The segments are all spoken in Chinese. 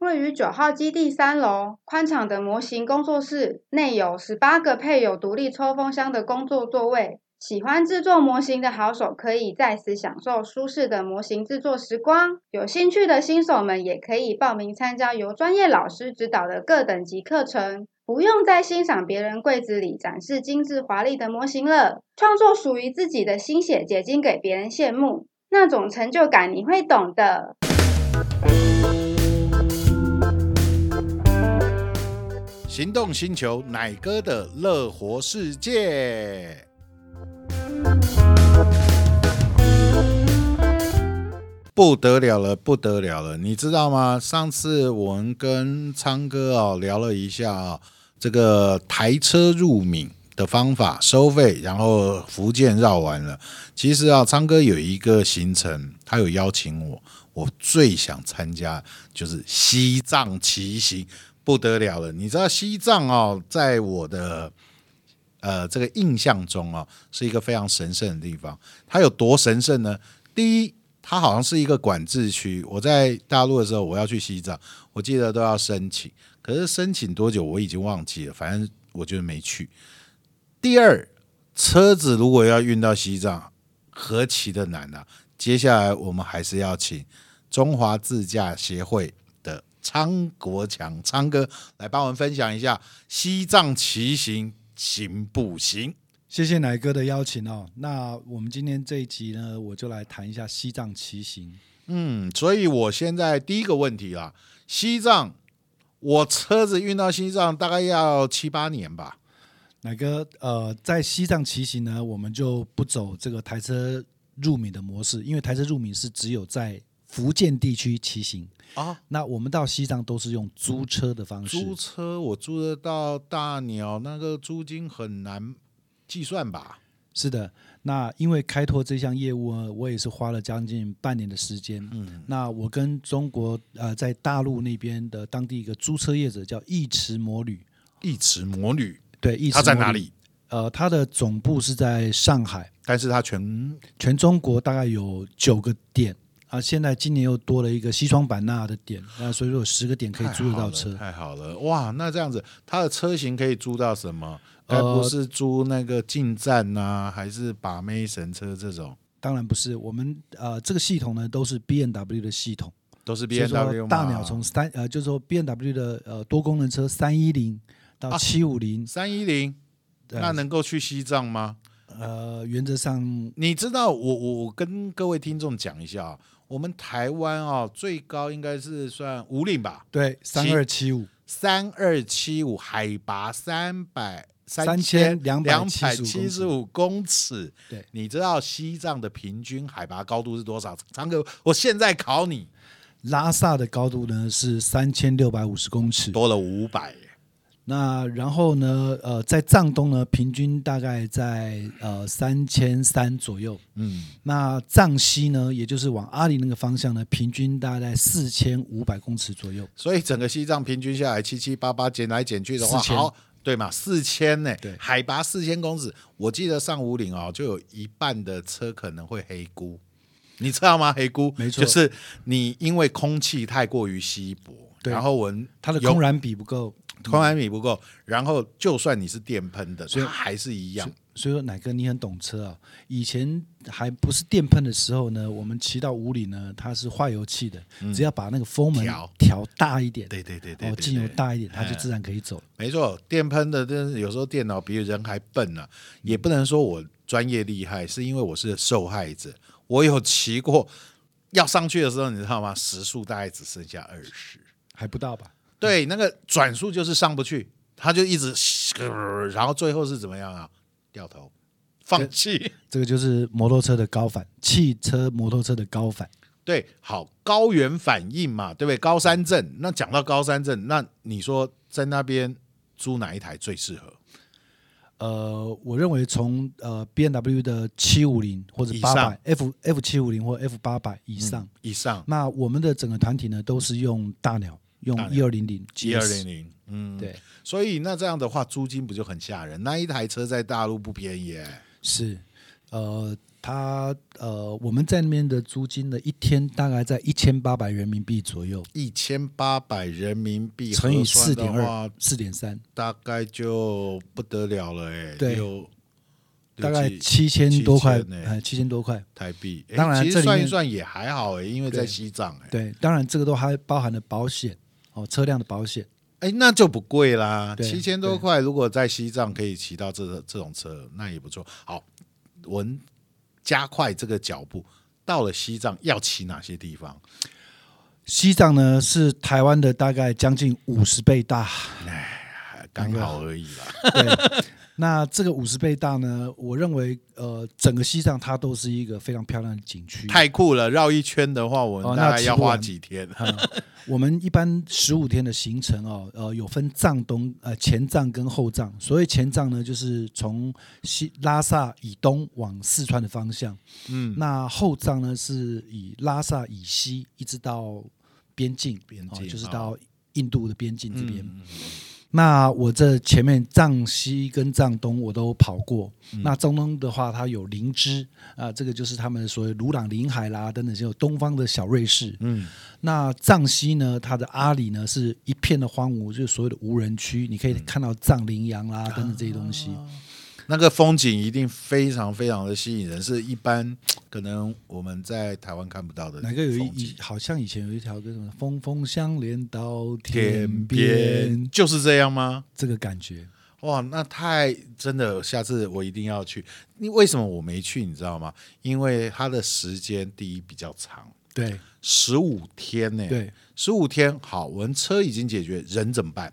位于九号基地三楼宽敞的模型工作室，内有十八个配有独立抽风箱的工作座位。喜欢制作模型的好手可以在此享受舒适的模型制作时光。有兴趣的新手们也可以报名参加由专业老师指导的各等级课程，不用再欣赏别人柜子里展示精致华丽的模型了。创作属于自己的心血结晶，给别人羡慕，那种成就感你会懂的。行动星球奶哥的乐活世界。不得了了，不得了了！你知道吗？上次我们跟昌哥哦聊了一下啊、这个台车入闽的方法收费，然后福建绕完了。其实啊，昌哥有一个行程，他有邀请我，我最想参加就是西藏骑行，不得了了！你知道西藏哦，在我的呃这个印象中啊、是一个非常神圣的地方。它有多神圣呢？第一，它好像是一个管制区。我在大陆的时候，我要去西藏，我记得都要申请，可是申请多久我已经忘记了，反正我就是没去。第二，车子如果要运到西藏，何其的难啊！接下来我们还是要请中华自驾协会的昌国强昌哥来帮我们分享一下西藏骑行行不行？谢谢奶哥的邀请哦。那我们今天这一集呢，我就来谈一下西藏骑行。嗯，所以我现在第一个问题啦，西藏，我车子运到西藏大概要七八年吧。奶哥，呃，在西藏骑行呢，我们就不走这个台车入闽的模式，因为台车入闽是只有在福建地区骑行。啊，那我们到西藏都是用租车的方式。租车我租得到大鸟，那个租金很难计算吧？是的，那因为开拓这项业务呢，我也是花了将近半年的时间。嗯，那我跟中国呃，在大陆那边的当地一个租车业者叫一池摩旅，一池魔女，对，一池它在摩哪旅？里？呃，它的总部是在上海，但是它全全中国大概有九个点啊。现在今年又多了一个西双版纳的点，那所以说有十个点可以租得到车。 太好了，太好了哇！那这样子，它的车型可以租到什么？该不呃是租那个进站呐、还是把妹神车这种？当然不是，我们呃这个系统呢都是 B N W 的系统。都是 B 就是 N 说 W 大鸟从三呃，就是说 B N W 的呃多功能车三一零到啊七五零，三一零，对那能够去西藏吗？呃，原则上你知道，我我我跟各位听众讲一下啊，我们台湾哦，最高应该是算五岭吧，对三二七五，三二七五，海拔三百两七十3275五公尺。对你知道西藏的平均海拔高度是多少？长哥，我现在考你，拉萨的高度呢是三千六百五十公尺。多了五百耶。那然后呢，呃，在藏东呢，平均大概在呃三千三左右。嗯，那藏西呢，也就是往阿里那个方向呢，平均大概在四千五百公尺左右。所以整个西藏平均下来七七八八减来减去的话， 4000好对嘛，四千呢对，海拔四千公尺。我记得上五岭哦，就有一半的车可能会黑咕，你知道吗？黑咕，没错就是你因为空气太过于稀薄，对然后我们它的有空燃比不够，空燃米不够，然后就算你是电喷的，所以它还是一样。所以说，奶哥你很懂车啊。以前还不是电喷的时候呢，我们骑到五里呢，它是化油器的，只要把那个风嗯门调调大一点，对对对对哦，对，哎进对油大一点，它就自然可以走。没错，电喷的，但是有时候电脑比人还笨呢、嗯也不能说我专业厉害，是因为我是受害者。我有骑过，要上去的时候，你知道吗？时速大概只剩下二嗯十，还不到吧？对，那个转速就是上不去，他就一直，然后最后是怎么样啊？掉头，放弃。这个就是摩托车的高反，汽车、摩托车的高反。对，好，高原反应嘛，对不对？高山症，那讲到高山症，那你说在那边租哪一台最适合？呃，我认为从呃 B N W 的七五零或者以八上嗯百 F F 七五零或 F 八百以上，以上那我们的整个团体呢都是用大鸟，用大鸟一二零零一二零零，嗯，对，所以那这样的话，租金不就很吓人？那一台车在大陆不便宜耶、是，呃，它呃我们在那边的租金呢，一天大概在一千八百人民币左右，一千八百人民币乘以核算四点的话二、四点三，大概就不得了了哎、欸，对六大六概七七千多块7000，欸呃，七千多块。台币。欸当然其这实里算一面算也还好哎、因为在对西藏哎、对，当然这个都还包含了保险哦，车辆的保险。哎、那就不贵啦，对七千多块，如果在西藏可以骑到这这种车，那也不错。好，我们加快这个脚步，到了西藏要骑哪些地方？西藏呢是台湾的大概将近五十倍大，哎刚好而已啦。对，那这个五十倍大呢，我认为呃整个西藏它都是一个非常漂亮的景区。太酷了，绕一圈的话，我哦们那大概骑要不花完几天？嗯 我们一般十五天的行程哦，呃，有分藏东呃前藏跟后藏。所谓前藏呢，就是从西拉萨以东往四川的方向。嗯，那后藏呢是以拉萨以西一直到边境，边哦境就是哦到印度的边境这边。嗯那我这前面藏西跟藏东我都跑过，嗯那藏东的话，它有林芝啊、这个就是他们所谓鲁朗林海啦等等，就有东方的小瑞士。嗯，那藏西呢，它的阿里呢是一片的荒芜，就是所谓的无人区，你可以看到藏羚羊啦、等等这些东西。那个风景一定非常非常的吸引人，是一般可能我们在台湾看不到的哪个有风景一以好像以前有一条歌什么“峰峰相连到天边天边就是这样吗？”，这个感觉。哇，那太真的，下次我一定要去。你为什么我没去？你知道吗？因为它的时间第一比较长，对十五天呢、对，十五天。好，我们车已经解决，人怎么办？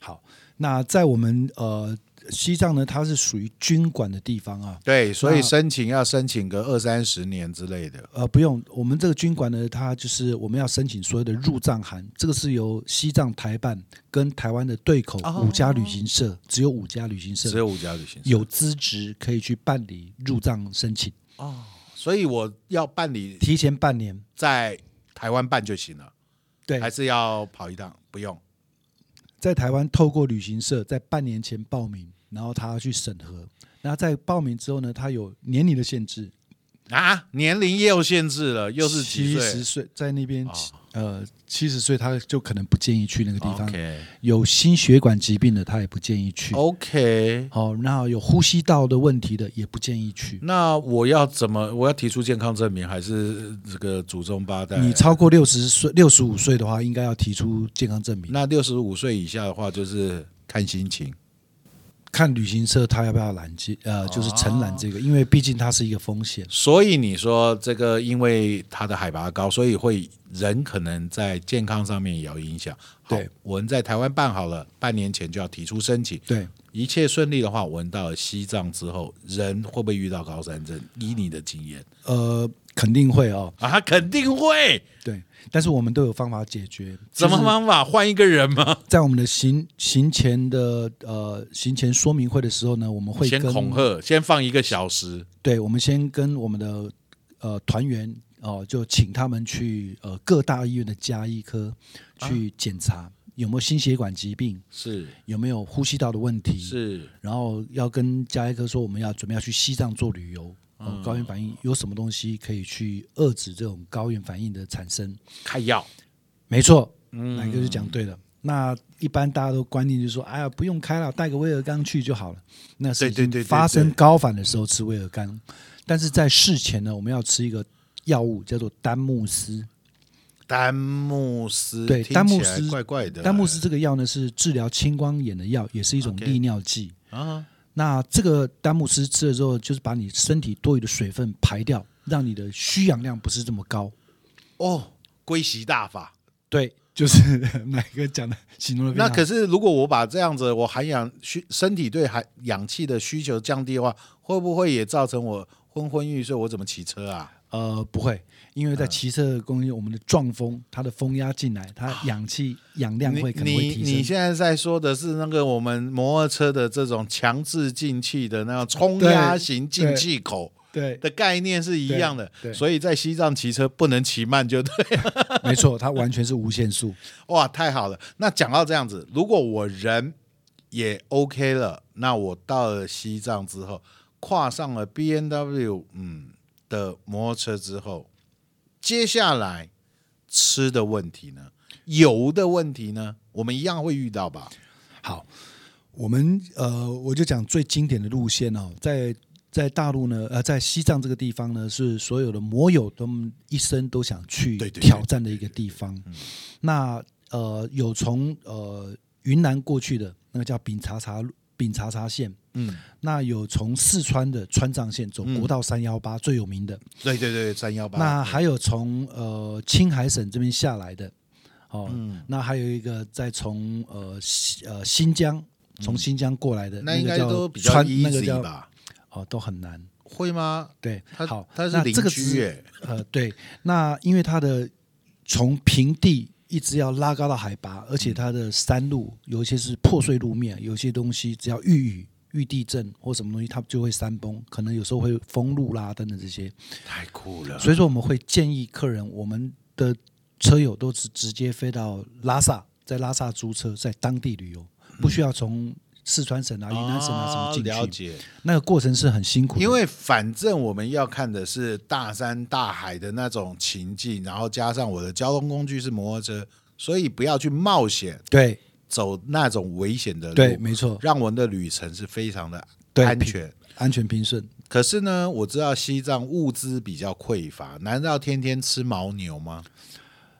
好。那在我们呃西藏呢，它是属于军管的地方啊，对，所以那申请要申请个二三十年之类的。呃，不用，我们这个军管呢，它就是我们要申请所有的入藏函，这个是由西藏台办跟台湾的对口哦五家旅行社，只有五家旅行只社有五家旅行社有资质可以去办理入藏申请，哦，所以我要办理提前半年。在台湾办就行了，对还，是要跑一趟？不用。在台湾透过旅行社在半年前报名，然后他去审核，然后在报名之后呢，他有年龄的限制，啊，年龄也有限制了，又是几七岁十岁，在那边、哦呃七十岁他就可能不建议去那个地方 OK 哦有心血管疾病的他也不建议去。 OK，好，那有呼吸道的问题的也不建议去。那我要怎么？我要提出健康证明，还是这个祖宗八代？你超过六十岁、六十五岁的话，应该要提出健康证明，那六十五岁以下的话，就是看心情。看旅行社他要不要揽接，呃，就是承揽这个，因为毕竟它是一个风险。所以你说这个，因为它的海拔高，所以会人可能在健康上面也有影响。好对，我们在台湾办好了，半年前就要提出申请。对，一切顺利的话，我们到了西藏之后，人会不会遇到高山症？以你的经验呃，肯定会哦，啊，肯定会。对。但是我们都有方法解决。什么？方法？换一个人吗？在我们的行行前的呃行前说明会的时候呢，我们会先跟恐吓，先放一个小时。对，我们先跟我们的呃团员哦、就请他们去呃各大医院的加医科去检查、有没有心血管疾病，是有没有呼吸道的问题，是，然后要跟加医科说我们要准备要去西藏做旅游。哦，高原反应有什么东西可以去遏制这种高原反应的产生？开药。没错，哪个是讲对了？那一般大家都观念就是说，哎呀，不用开了，带个威尔刚去就好了。那是已对对经对对发生对高反的时候吃威尔刚，但是在事前呢，我们要吃一个药物叫做丹木斯。丹木斯，对听起丹木来斯怪怪的，丹木斯这个药呢是治疗青光眼的药，也是一种 OK 利尿剂。啊，那这个丹木斯吃了之后，就是把你身体多余的水分排掉，让你的需氧量不是这么高。哦，归习大法。对，就是 哪个讲的形容的那可是，如果我把这样子，我含氧需身体对含氧气的需求降低的话，会不会也造成我昏昏欲睡？我怎么骑车啊？呃，不会，因为在骑车的工业，我们的撞风，它的风压进来，它氧气、氧量你会可能会你提你升。现在在说的是那个我们摩托车的这种强制进气的那种冲对压型进对气口对，的概念是一样的对，对所以在西藏骑车不能骑慢就对了 没错，它完全是无限速。哇，太好了！那讲到这样子，如果我人也 OK 了，那我到了西藏之后，跨上了 B N W 嗯的摩托车之后，接下来吃的问题呢，油的问题呢，我们一样会遇到吧？好，我们呃，我就讲最经典的路线哦，在在大陆呢，呃，在西藏这个地方呢，是所有的摩友都一生都想去对嗯对对挑战的一个地方。那呃，有从呃云南过去的那个叫丙察察路丙察察县，嗯，那有从四川的川藏线走国道三幺八最有名的，对对对，三幺八。那还有从呃青海省这边下来的，哦，嗯那还有一个在从呃西呃新疆从新疆过来的，嗯那个应该叫都比较川那个 easy 叫吧？哦都很难，会吗？对，他好，他是那邻这个居只耶，呃对，那因为它的从平地。一直要拉高到海拔，而嗯且它的山路有一些是破碎路面，有一些东西只要遇雨、遇地震或什么东西，它就会山崩，可能有时候会封路啦等等这些。太酷了。所以说我们会建议客人，我们的车友都是直接飞到拉萨，在拉萨租车，在当地旅游，不需要从四川省啊、云南省啊什么进嗯去。哦了解，那个过程是很辛苦的，因为反正我们要看的是大山大海的那种情境，然后加上我的交通工具是摩托车，所以不要去冒险对走那种危险的对，路，没错，让我们的旅程是非常的对安全。安全平顺。可是呢，我知道西藏物资比较匮乏，难道天天吃牦牛吗？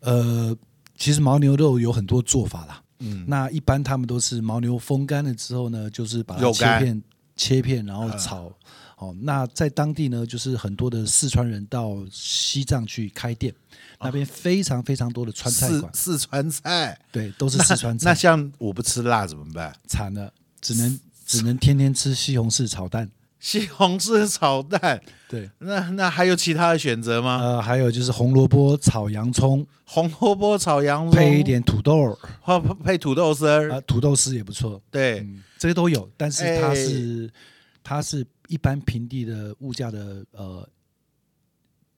呃，其实牦牛肉有很多做法啦。嗯，那一般他们都是牦牛风干了之后呢，就是把它肉切干啊片、切片，然后炒。哦，那在当地呢，就是很多的四川人到西藏去开店，那边非常非常多的川菜哦四馆，四川菜，对，都是四川那菜，像我不吃辣怎么办？惨了，只能只能天天吃西红柿炒蛋。西红柿炒蛋，对，那那还有其他的选择吗？呃，还有就是红萝卜炒洋葱，红萝卜炒洋葱，配一点土豆儿，或配土豆丝儿，啊，嗯土豆丝也不错。对，这些都有，但是它嗯哎是、它是一般平地的物价的呃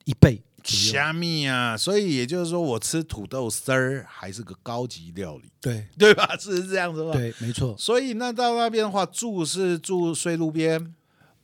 一倍左右，虾米啊，所以也就是说，我吃土豆丝儿还是个高级料理， 对对吧？是这样子吧？。对，没错。所以那到那边的话，住是住睡路边，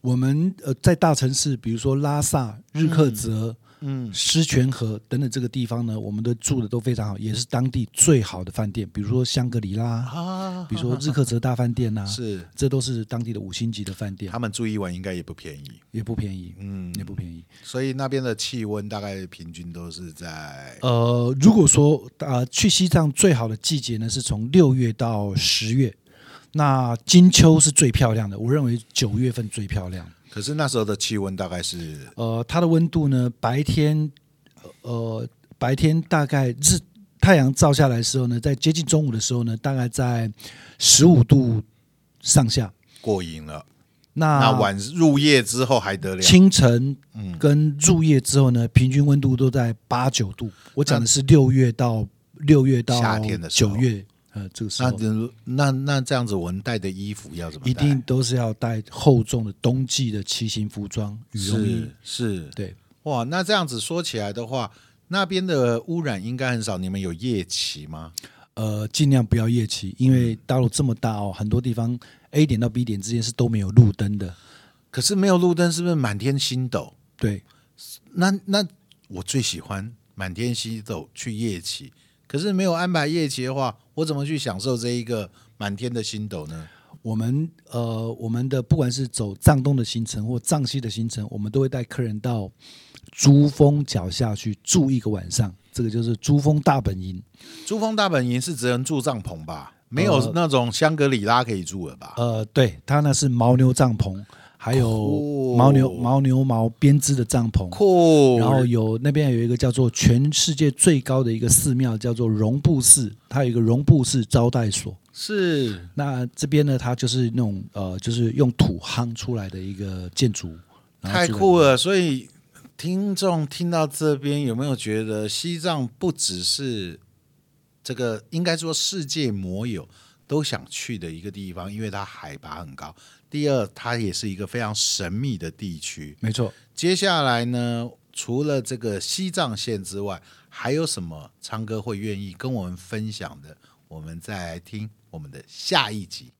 我们呃在大城市，比如说拉萨、日喀则、嗯，狮泉河等等这个地方呢，我们的住的都非常好，也是当地最好的饭店，比如说香格里拉，啊，比如说日喀则大饭店呐、啊是这都是当地的五星级的饭店他，们住一晚应该也不便宜，也不便宜，嗯，也不便宜。所以那边的气温大概平均都是在呃，如果说呃去西藏最好的季节呢，是从六月到十月。那金秋是最漂亮的，我认为九月份最漂亮。可是那时候的气温大概是呃，它的温度呢，白天，呃，白天大概日太阳照下来的时候呢，在接近中午的时候呢，大概在十五度上下。过瘾了。那那晚嗯入夜之后还得了？清晨跟入夜之后呢，平均温度都在八九度。我讲的是六月到六月到夏天的时候九月，呃，这个时那候那那这样子，我们带的衣服要怎么带？一定都是要带厚重的冬季的骑行服装、羽绒衣是。是对，哇，那这样子说起来的话，那边的污染应该很少。你们有夜骑吗？呃，尽量不要夜骑，因为大陆这么大哦，很多地方 A 点到 B 点之间是都没有路灯的。可是没有路灯，是不是满天星斗？对，那那我最喜欢满天星斗去夜骑。可是没有安排夜骑的话，我怎么去享受这一个满天的星斗呢？我们呃，我们的不管是走藏东的行程或藏西的行程，我们都会带客人到珠峰脚下去住一个晚上，这个就是珠峰大本营。珠峰大本营是只能住帐篷吧？没有呃那种香格里拉可以住了吧？呃，对，它那是牦牛帐篷，还有酷牦牛牦牛毛编织的帐篷。酷，然后有那边有一个叫做全世界最高的一个寺庙，叫做绒布寺，它有一个绒布寺招待所。是那这边呢，它就是那种呃，就是用土夯出来的一个建筑，然后太住在酷了！所以听众听到这边有没有觉得西藏不只是这个，应该说世界摩友都想去的一个地方，因为它海拔很高。第二，它也是一个非常神秘的地区。里面。没错，接下来呢，除了这个西藏线之外，还有什么昌哥会愿意跟我们分享的？我们再来听我们的下一集。